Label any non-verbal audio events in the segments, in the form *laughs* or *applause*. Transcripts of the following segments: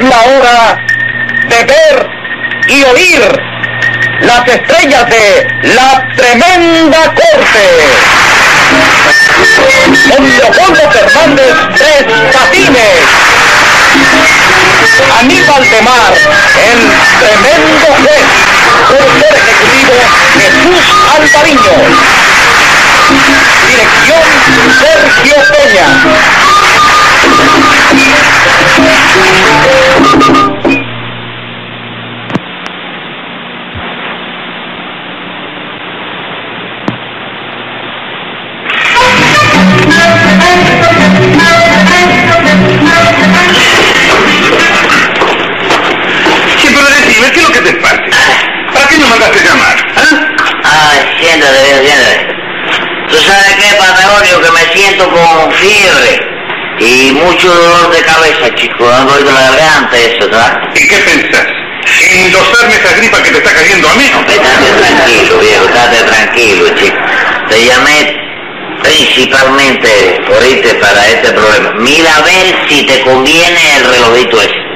la hora de ver y oír las estrellas de la tremenda corte. Don Leopoldo Fernández Tres Patines. Aníbal de Mar, el tremendo juez, productor ejecutivo Jesús Alvariño. Dirección Sergio Peña. Sí, pero decime, ¿qué es lo que te parte? ¿Para qué nos mandaste llamar? Ay, siéntate, bien, siéntate. ¿Tú sabes qué, Patagonio? Que me siento con fiebre y mucho dolor de cabeza, chico. Han dolido la garganta y eso, ¿verdad? ¿Y qué pensás? ¿Endosarme esa gripa que te está cayendo a mí? Hombre, Estate tranquilo, viejo, estate tranquilo, chico. Te llamé principalmente, oíste, para este problema. Mira a ver si te conviene el relojito ese.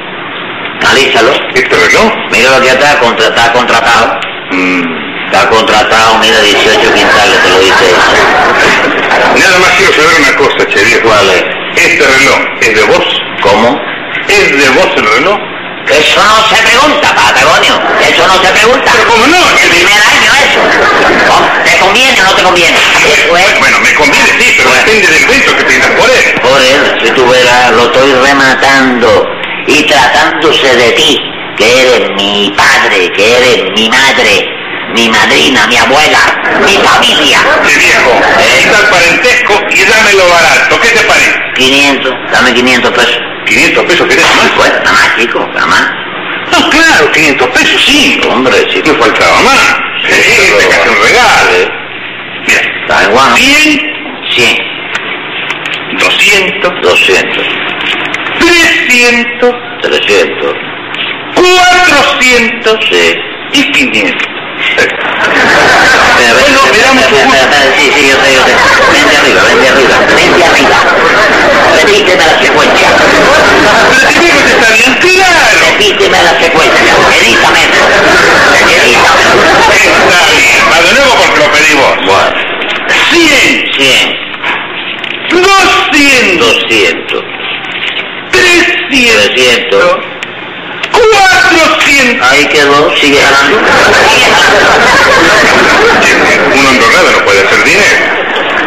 Analízalo. ¿Este reloj? Mira lo que está, contra- está contratado. Mm, Está contratado, mira, 18 quintales, te lo dice eso. Nada más quiero saber una cosa, che viejo. ¿Cuál es? ¿Este reloj es de vos? ¿Cómo? ¿Es de vos el reloj? Eso no se pregunta, Patagonio. Eso no se pregunta. Pero cómo no, El che. primer año eso. ¿No? ¿Te conviene o no te conviene? Eso es. Bueno, me conviene, sí, pero depende del beso que tengas por él. Por él, si tú verás, lo estoy rematando y tratándose de ti, que eres mi padre, que eres mi madre, mi madrina, mi abuela, mi familia. ¿Eh? Che viejo, quita el parentesco y dámelo barato. ¿Qué te parece? 500, dame 500 pesos. 500 pesos querés más? Pues, nada más, chico, nada más. No, claro, 500 pesos, sí. Hombre, si No faltaba más. Sí, te casi un regalo. Bien. ¿Está en guano? 100, 100, 200, 200, 300, 300, 400 sí. y 500. Espera, Bueno, espera, me da mucho espera, gusto. espera, espera, Sí, sí, yo sé, yo sé. Vente arriba, vente arriba, vente arriba. Repíteme la secuencia. Pero si viejo te está bien claro. Repíteme la secuencia. Edítame eso. Está Edítame. bien, va de nuevo porque lo pedí vos. Bueno, 100, 100, 200, 200, 300, 300. 400. Ahí quedó, sigue ganando. Sigue ganando. Una enrolada no puede ser dinero.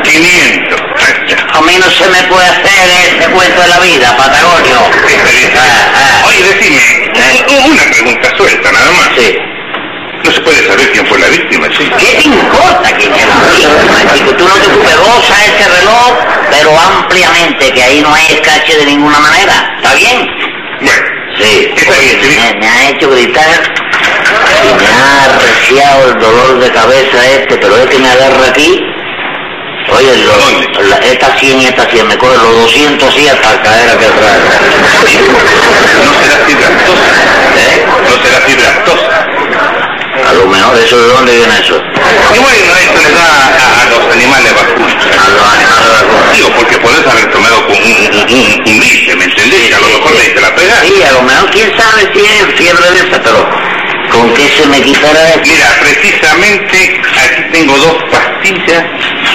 500. Ahí está. A mí no se me puede hacer este cuento de la vida, Patagonio. Ah, ah. Oye, decime, u- u- una pregunta suelta nada más. Sí. Ah. No se puede saber quién fue la víctima, sí. ¿Qué te importa quién es la víctima, chico? Tú no te ocupes, goza ese reloj, pero ampliamente, que ahí no hay escache de ninguna manera. ¿Está bien? Bueno, Sí. está bien, sí. Me, me ha hecho gritar y me ha arreciado el dolor de cabeza este, pero es que me agarra aquí. Oye, lo- ¿Dónde? la- esta 100 y esta 100 me coge los 200 así hasta caer aquí atrás. No será fibrastosa. ¿Eh? No será fibrastosa. A lo mejor, ¿eso de dónde viene eso? Y bueno, eso le da a, a los animales vacunos. A los animales de la cosa. Digo, porque podés haber tomado con un, un, un, un biche, ¿me entendés? Y a lo mejor le diste la pega. Sí, a lo mejor quién sabe si es fiebre de esa, pero con qué se me quitará esto. Mira, precisamente aquí tengo dos pastillas.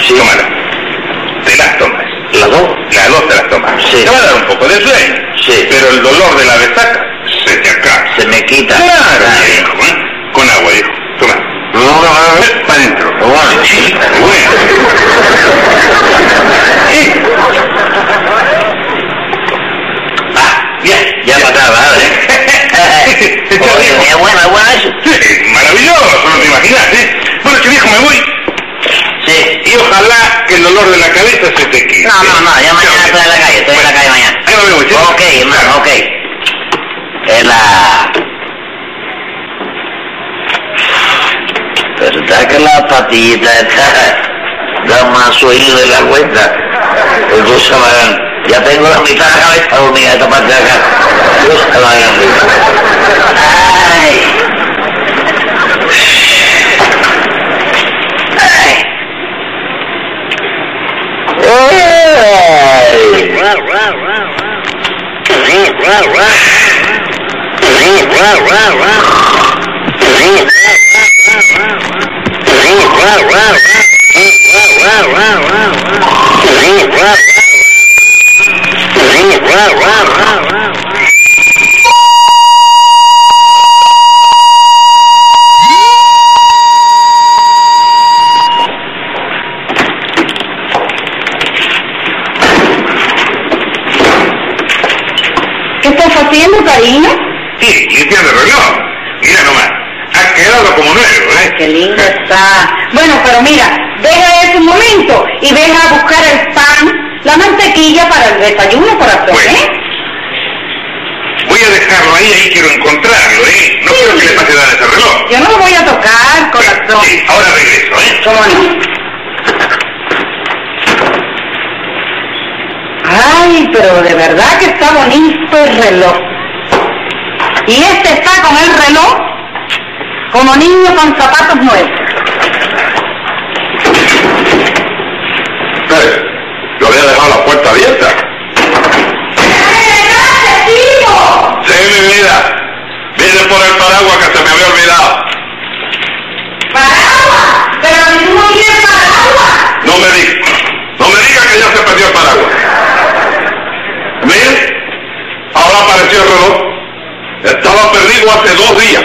Sí. Tómala. Te las tomas. ¿Las dos? Las dos te las tomas. Sí. Te va a dar un poco de sueño. Sí. Pero el dolor de la resaca se te acaba. Se me quita. Claro, Ah, viejo, ¿eh? Con agua, viejo. Toma. No, no, no, no. Para adentro. Bueno, Sí, bueno. Eh, Ah, bien. ya pasaba, *laughs* ¿vale? *laughs* Oye, es bueno, es bueno eso. Sí, maravilloso, no te imaginas, ¿eh? Bueno, que viejo, me voy. Sí. Y ojalá que el dolor de la cabeza se te quite. No, no, no, ya mañana estoy en la calle, estoy en la calle mañana. Ahí nos vemos, ¿sí? Ok, hermano, ok. Es la... ¿Verdad que la patita está... da más oído de la cuenta? Pues se Ya tengo la mitad de la cabeza dormida, esta parte de acá. Dios se la haga. Ay. Ay. Ay. ¿Qué estás haciendo, cariño? Sí, limpiando el reloj. Mira nomás, ha quedado como nuevo, ¿eh? Qué lindo está. Bueno, pero mira, deja eso un momento y ven a buscar el pan, la mantequilla para el desayuno, corazón, Bueno. ¿eh? Voy a dejarlo ahí, ahí quiero encontrarlo, ¿eh? No quiero que le pase nada a ese reloj. Yo no lo voy a tocar, corazón. Sí, ahora regreso, ¿eh? ¿Cómo no? Ay, pero de verdad que está bonito el reloj. Y este está con el reloj como niño con zapatos nuevos. Eh, Yo había dejado la puerta abierta. Sí, mi vida. Vine por el paraguas que se me había olvidado. ¡Paraguas! ¡Pero si tú no quieres paraguas! No me diga. No me diga que ya se perdió el paraguas. Mire, ahora apareció el reloj. Estaba perdido hace dos días.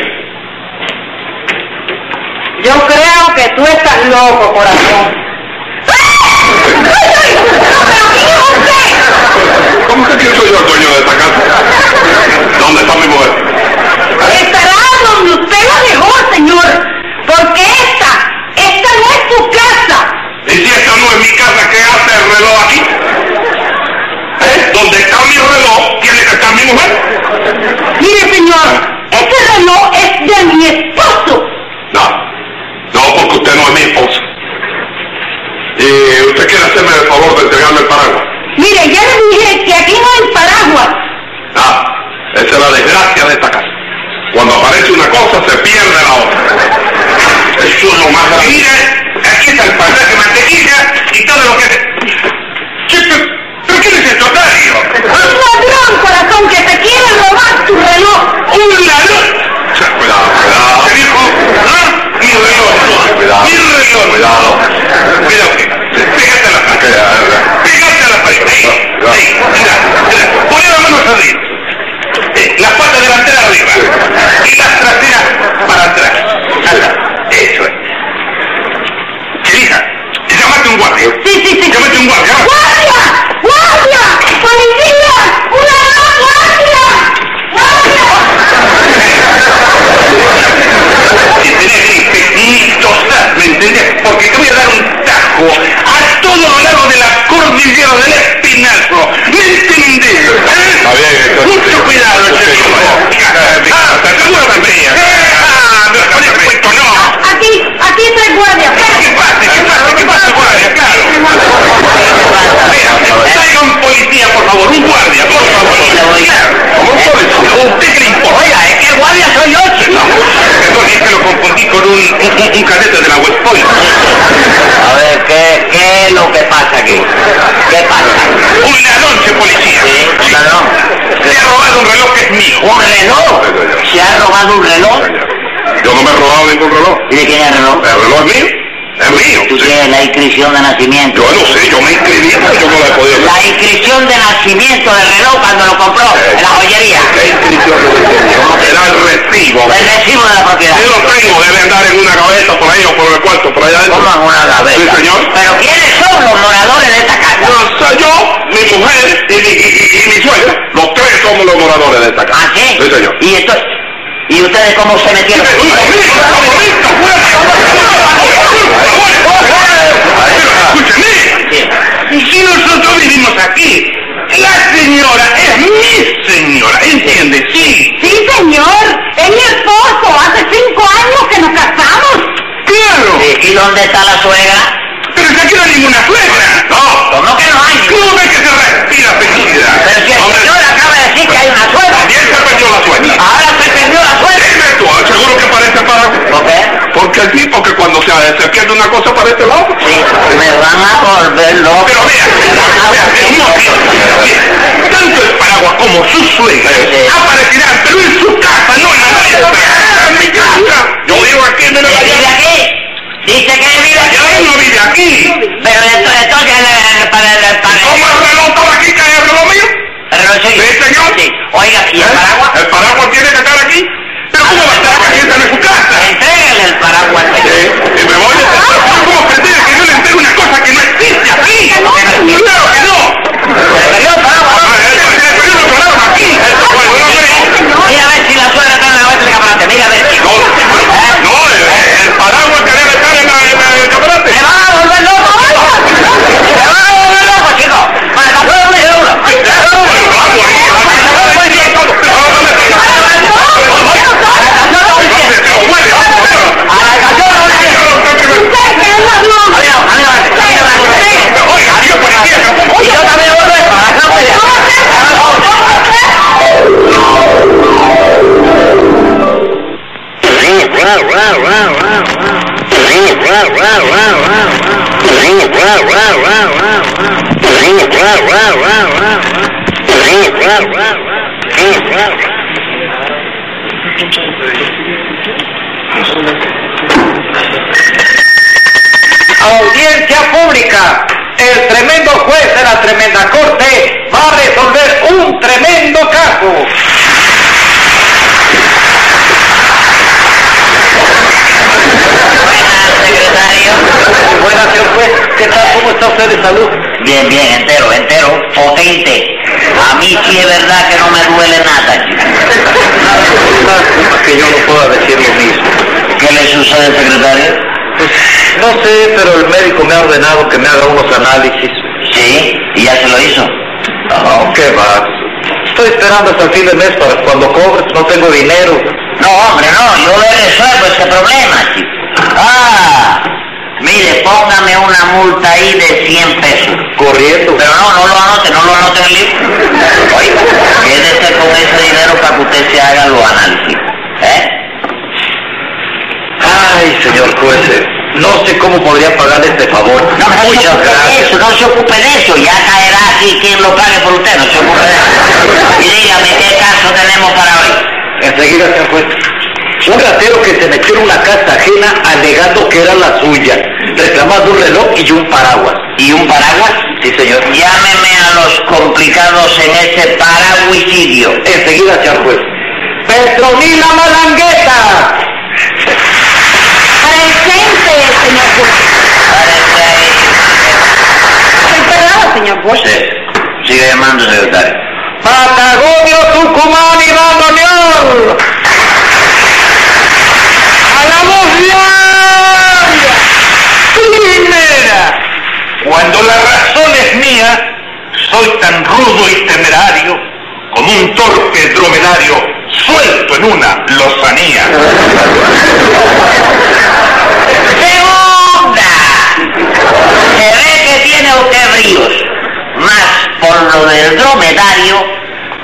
Yo creo que tú estás loco, corazón. ¿Cómo que quién soy yo el dueño de esta casa? ¿Dónde está mi mujer? ¿Eh? Estará donde usted la dejó, señor. Porque esta, esta no es su casa. Y si esta no es mi casa, ¿qué hace el reloj aquí? ¿Eh? ¿Dónde está mi reloj? ¿Tiene que estar mi mujer? ¿Eh? Mire, señor, este reloj es de mi esposo. No, no, porque usted no es mi esposa. ¿Y usted quiere hacerme el favor de entregarme el paraguas? eh, Mire, ya le dije que aquí no hay paraguas. Ah, esa es la desgracia de esta casa. Cuando aparece una cosa, se pierde la otra. Eso es lo más grave. Mira, aquí está el pasaje de mantequilla y todo lo que... Che, pero, pero ¿quién es el totario? Un ladrón, corazón, que te quiere robar tu reloj. ¡Un ladrón! Cuidado, cuidado. ¿Qué dijo? ¿Ah? Mi reloj. Cuidado. Mi reloj. Cuidado. Cuidado. Pégate a la pared. Pégate a la pared. Sí, sí. Mira, mira. Poné las manos arriba. Eh, Las patas delanteras arriba. Y las traseras para atrás. Ala. Eso es. Querida, llámate un guardia. Sí, sí, sí. Llámate un guardia. va. ¡Guardia! ¡Guardia! ¡Policía! ¡Un ladrón! ¡Guardia! Si tenés gripe, tosás, ¿me entendés? Porque te voy a dar un tajo a todo lo largo de la cordillera del espinazo. ¿Me entendés? Está bien, Mucho cuidado, chico. Ah, te aseguro que venía. Ah, pero con este cuento no. Aquí, aquí tres guardias. ¿Qué pasa? ¿Qué pasa? ¿Qué pasa, guardia? Claro. Mira, traiga un policía, por favor. Un guardia, por favor. ¿Cómo un policía? ¿Usted qué le importa? Oiga, eh, es que el guardia soy yo, chico. Perdón, es que lo confundí con un, un, un cadete de la West Point. A ver, ¿qué, ¿qué es lo que pasa aquí? ¿Qué pasa? Un ladrón, che, policía. Sí, un ladrón. Se ha robado un reloj que es mío. ¿Un reloj? ¿Se ha robado un reloj? Yo no me he robado ningún reloj. ¿Y de quién es el reloj? El reloj es mío. Es mío. ¿Tú tienes la inscripción de nacimiento? Yo no sé, yo me inscribí, pero yo no la he podido La inscripción de nacimiento del reloj cuando lo compró en la joyería. La inscripción de Era el recibo. El recibo de la propiedad. Yo lo tengo, debe andar en una cabeza por ahí o por el cuarto, por allá adentro. ¿Cómo en una gaveta? Sí, señor. ¿Pero quiénes son los moradores de esta casa? No soy yo, mi mujer y, mi- y- y- y mi suegra. Los tres somos los moradores de esta casa. ¿Ah, sí? Sí, señor. ¿Y, esto... ¿Y ustedes cómo se metieron? Escúcheme, si nosotros vivimos aquí, la señora es mi señora, ¿entiende? Sí. Sí, señor. Es mi esposo. Hace cinco años que nos casamos. Claro. Sí, ¿Y dónde está la suegra? Pero si aquí no hay ninguna suegra. No. ¿Cómo que no hay? ¿Cómo ves que se respira felicidad? Pero si el Hombre, señor acaba de decir que hay una suegra. También se perdió la suegra. Ahora se perdió la suegra. Dime tú, seguro que parece para... ¿Por qué? Porque el tipo que cuando se, se pierde una cosa parece la otra. Sí, me van a volver loco. Pero vea, vea, es muy bien. Tanto el paraguas como su suegra Sí. aparecerán, pero en su casa, no en la soy ¿Sí, señor? Sí. Oiga, ¿y el ¿Eh? paraguas? ¿El paraguas tiene que estar aquí? ¿Pero cómo va a estar aquí? Está en su casa. Entréguenle el paraguas, señor. ¿Eh? ¿Y me voy a ¿Cómo pretende que yo le entregue una cosa que no existe aquí? no, no. ¡Claro que no! Ah, eso, eso, yo lo programo aquí. Eso, bueno, no, no. Mira a ver si la suegra está en la vuelta del camarote. Mira a ver, chico. No, ¿Eh? no, no, el- el paraguas que debe estar en la- en la- en el camarote. ¡Me van a volver loco! ¡Me van a volver loco, chico! *laughs* ¡Para la puedo de uno! Bueno, vamos, vamos, vamos, vamos, vamos. Oiga, adiós, policía, tampoco. Audiencia pública. El tremendo juez de la tremenda corte va a resolver un tremendo caso. Ah, Buenas, señor juez. ¿Qué tal? ¿Cómo está usted de salud? Bien, bien, entero, entero, potente. A mí sí es verdad que no me duele nada, chico. Que yo no pueda decir lo mismo. ¿Qué le sucede, secretario? No sé, pero el médico me ha ordenado que me haga unos análisis. Sí, y ya se lo hizo. No, ¿qué Ah, va? Estoy esperando hasta el fin de mes para cuando cobres. No tengo dinero. No, hombre, no, yo le resuelvo este problema, chico. Ah, mire, póngame una multa ahí de 100 pesos. Corriendo. Pero no, no lo anote, no lo anote en el libro. Oiga, quédese con ese dinero para que usted se haga los análisis. ¿Eh? Ay, señor juez, eh, no sé cómo podría pagar este favor. No, no se Muchas ocupe de gracias. eso, no se ocupe de eso. Ya caerá aquí quien lo pague por usted, no se ocupe de eso. Y dígame, ¿qué caso tenemos para hoy? Enseguida, señor juez. Un ratero que se metió en una casa ajena alegando que era la suya, reclamando un reloj y un paraguas. ¿Y un paraguas? Sí, señor. Llámeme a los complicados en este paraguicidio. Enseguida, señor juez. Petronila Malangueta. Presente, señor juez. Parece Estoy perdada, señor juez. Sí, sigue llamando, secretario. Patagonio Tucumán y Bandoneón. A la voz diaria. Primera. Cuando la razón es mía, soy tan rudo y temerario como un torpe dromedario suelto en una lozanía. ¡Segunda! Se ve que tiene usted bríos. Más por lo del dromedario,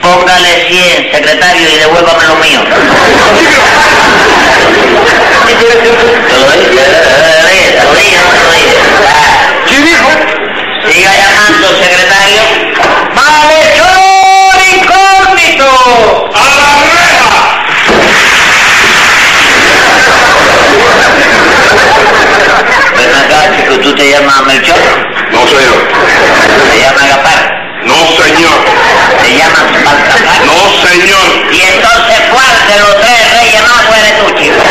póngale 100, secretario, y devuélvame lo mío. Te lo dije, te lo dije, te lo dije. Ah, ¿Qué dijo? Siga llamando, secretario. ¡Malhechor incógnito! ¡A la reja! Ven acá, chico, ¿tú te llamas Melchor? No, señor. ¿Te llamas Gapar? No, señor. ¿Te llamas Baltazar? No, señor. Y entonces, ¿cuál de los tres reyes magos eres tú, chico?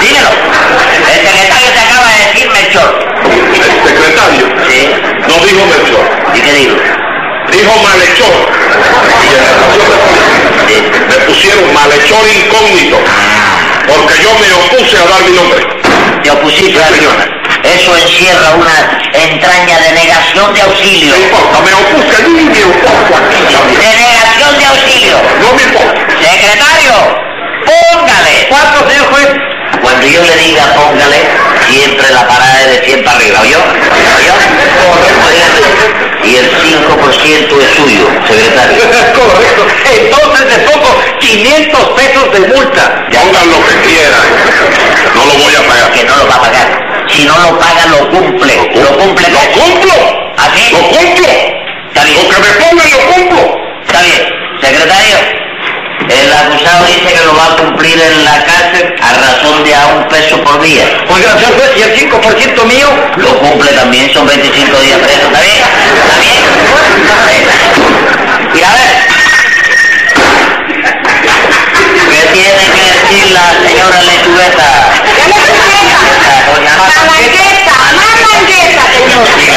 Dígelo. El secretario te acaba de decir Melchor. El secretario Sí. no dijo Melchor, ¿Y qué digo? dijo malhechor. Y en la estación de policía me pusieron malhechor incógnito porque yo me opuse a dar mi nombre. Te opusiste a Eso encierra una entraña de negación de auxilio. No importa, me opuse allí y me opuse aquí De también. negación de auxilio. No me importa. Secretario, póngale. ¿Cuánto, señor juez? *laughs* Cuando yo le diga póngale, siempre la parada es de 100 para arriba, ¿oyó? ¿Oyó? *laughs* Óigame, Y el 5% es suyo, secretario. Correcto. Entonces le pongo 500 pesos de multa. Pongan lo que quieran. No lo voy a pagar. Que no lo va a pagar. Si no lo paga, lo cumple. Lo cumple. ¡Lo cumplo! ¿Así? ¡Lo cumplo! Está bien. Lo que me pongan lo cumplo. Está bien, secretario. El acusado dice que lo va a cumplir en la cárcel a razón de a un peso por día. Oiga, señor juez, ¿y el 5% mío? Lo cumple también, son 25 días presos. ¿Está bien? ¿Está bien? Mira, a ver, este señor.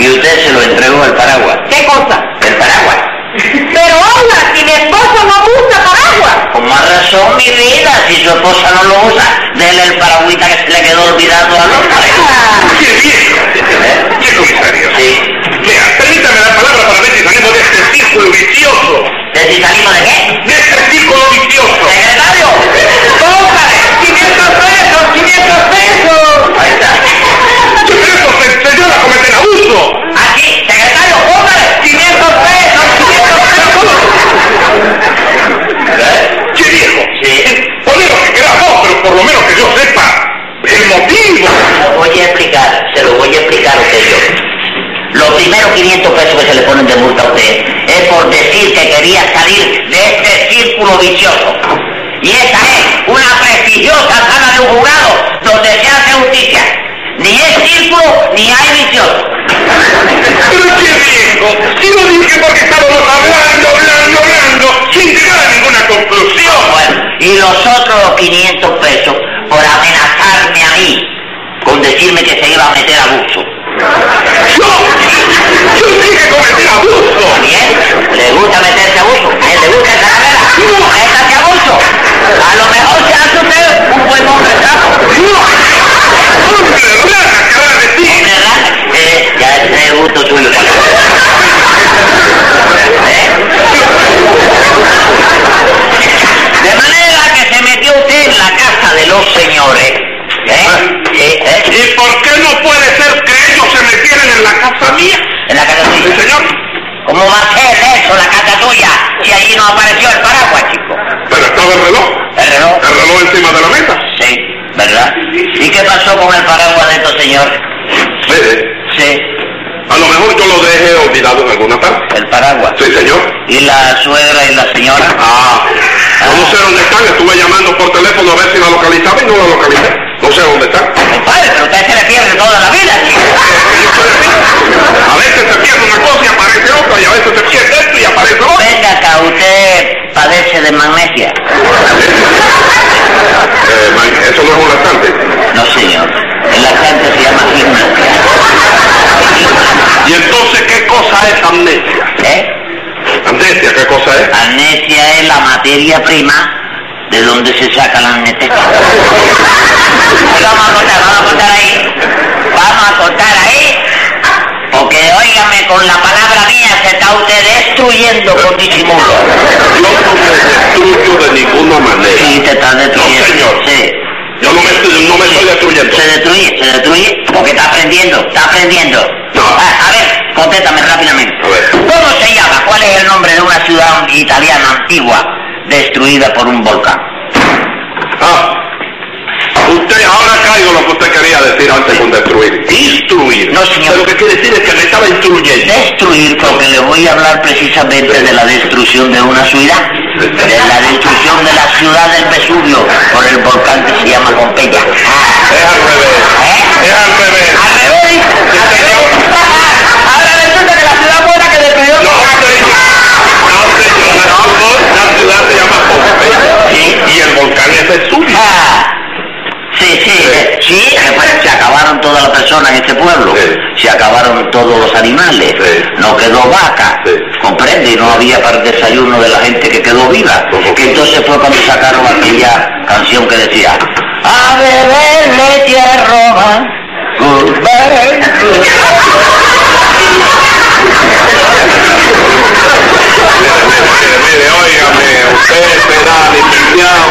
Y usted se lo entregó al paraguas. ¿Qué cosa? El paraguas. Pero oiga, si mi esposo no usa paraguas. Con más razón, mi vida, si su esposa no lo usa, déle el paraguita que se le quedó olvidado al hombre. ¡Qué bien! ¿Eh? ¡Qué comisario! Sí. Vea, permítame la palabra para ver si salimos de este círculo vicioso. ¿De si salimos de qué? ¡De este círculo vicioso! ¡Secretario! ¡Póngale! ¡500 pesos! ¡500 pesos! Ahí está. ¡Yo creo que se- señora cometen abuso! Aquí, secretario, póngale. 500 pesos, 500 pesos. ¿Eh? ¡Qué viejo! Sí. Poné lo que queramos, pero por lo menos que yo sepa el motivo. Lo voy a explicar, se lo voy a explicar a usted yo. Los primeros 500 pesos que se le ponen de multa a usted es por decir que quería salir de este círculo vicioso. Y esta es una prestigiosa sala de un jurado donde se hace justicia. Ni es círculo ni hay vicioso. Pero qué viejo, si lo dije porque estábamos hablando, hablando, hablando, sin llegar a ninguna conclusión. Bueno, y los otros los 500 pesos por amenazarme a mí con decirme que se iba a meter abuso. Yo, yo dije cometer abuso. Bien, le gusta meterse abuso, ¿Eh? le gusta esa carrera, métase abuso. A lo mejor se hace usted un buen hombre trapo. Hombre, rana, acaba de decir. ¿Verdad? Eh, ya ese es gusto suyo. ¿Eh? De manera que se metió usted en la casa de los señores. ¿Eh? Sí, ¿eh? ¿Y por qué no puede ser que ellos se metieran en la casa mía? En la casa Sí, suya. señor. ¿Cómo va a ser eso la casa tuya si allí no apareció el paraguas, chico? Pero estaba el reloj. El reloj. El reloj encima de la mesa. Sí, ¿verdad? ¿Y qué pasó con el paraguas de estos señores? Mire, Sí, a lo mejor yo lo dejé olvidado en alguna parte. el paraguas. Sí, señor. ¿Y la suegra y la señora? Ah, yo no sé dónde están. Estuve llamando por teléfono a ver si la localizaba y no la localicé. No sé dónde están. Compadre, pero usted se le pierde toda la vida, chico. A veces se pierde una cosa y aparece otra, y a veces se pierde esto y aparece otra. Venga acá, usted padece de magnesia. Eh, man, eso no es un lactante. No, señor. El lactante se llama *laughs* gimnasia. ¿Y entonces qué cosa es amnesia? ¿Eh? Amnesia, ¿qué cosa es? Amnesia es la materia prima de donde se saca la amnesia. Vamos a cortar, vamos a cortar ahí. Vamos a cortar ahí. Porque, óigame, con la palabra mía se está usted destruyendo con disimulo. Yo no me destruyo de ninguna manera. Sí, te estás destruyendo. No, señor. Sí. Yo no me, estoy- no me estoy destruyendo. Se destruye, se destruye porque está aprendiendo, está aprendiendo. No. Ah, a ver, contéstame rápidamente. A ver. ¿Cómo se llama? ¿Cuál es el nombre de una ciudad italiana antigua destruida por un volcán? Ah, usted, ahora caigo lo que usted quería decir antes con destruir. Instruir. No, señor. Pero Lo que quiere decir es que me estaba instruyendo. Destruir, porque le voy a hablar precisamente de la destrucción de una ciudad, de la destrucción de la ciudad del Vesubio por el volcán que se llama Pompeya. Es al revés. ¿Eh? Es al revés. Al revés, al revés. Ahora resulta que la ciudad buena que destruyó No, señor. No, señor. La ciudad- La ciudad se llama Pompeya. Sí. Y el volcán es Vesubio. Ah, Sí, sí, eh, sí, eh, pues, se acabaron todas las personas en este pueblo, Sí. se acabaron todos los animales, Sí. no quedó vaca, Sí. comprende, y no había para el desayuno de la gente que quedó viva, Ujú. que entonces fue cuando sacaron aquella canción que decía, a beber leche a Roma, goodbye, Mire, mire, óigame. Usted será licenciado.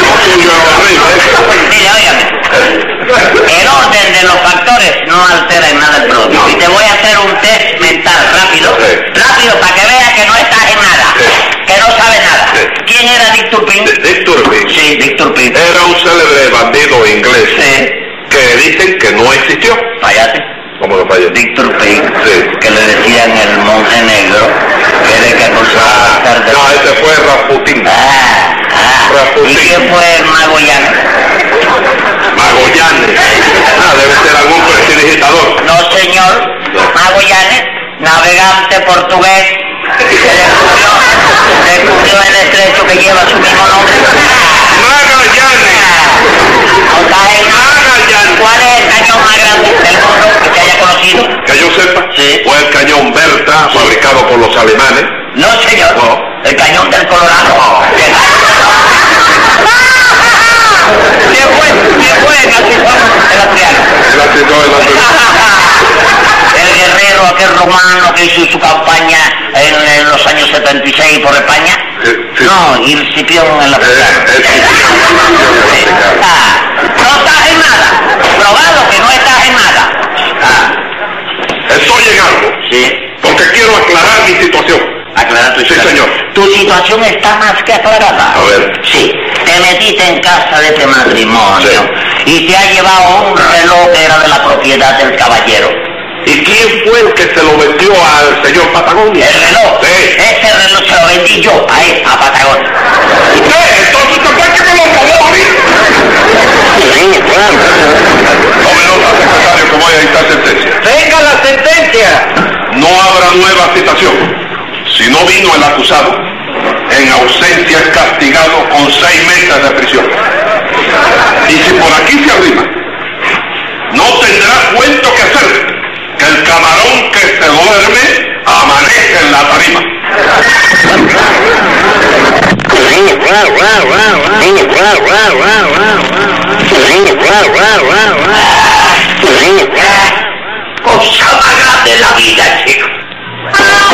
Lo suyo es horrible. Mire, óigame, el orden de los factores no altera en nada el producto. No. Y te voy a hacer un test mental rápido, Sí. rápido, para que veas que no estás en nada, Sí. que no sabes nada. Sí. ¿Quién era Dick Turpin? Disturbing. Sí, Dick Turpin. Era un célebre bandido inglés Sí, que dicen que no existió. fallate. ¿Cómo lo falló? Dick Turpin, Sí. que le decían el monje negro, que era el que acusaba Ah, las tardes. no, ese fue Rasputin. Ah, ah. ¿Y Rasputin. quién fue el mago Jan? Magollanes. Ah, debe ser algún prestidigitador. No, señor. Magallanes, navegante portugués, que descubrió, descubrió el estrecho que lleva su mismo nombre. Magallanes. O sea, Magallanes. el- ¿Cuál es el cañón más grande del mundo que se haya conocido? Que yo sepa. *laughs* *laughs* No, Ircipión en la pecada. Ah, no estás en nada. Probado que no estás en nada. Ah, Estoy en algo, sí. porque quiero aclarar mi situación. Aclarar tu Sí, situación. señor. Tu situación está más que aclarada. A ver. Sí, te metiste en casa de este matrimonio y te ha llevado Ah. un reloj que era de la propiedad del caballero. ¿Y quién fue el que se lo vendió al señor Patagonia? El reloj, Sí. ese reloj se lo vendí yo a él, a Patagonia. Usted, Eh, entonces usted fue el que me lo robó a mí. Sí, Tome nota, secretario, que voy a dictar sentencia. ¡Venga la sentencia! No habrá nueva citación. Si no vino el acusado, en ausencia es castigado con seis meses de prisión. Y si por aquí se arrima, no tendrá cuento que hacer. Que el camarón que se duerme amanece en la tarima. Cosa más grande en la vida, chico.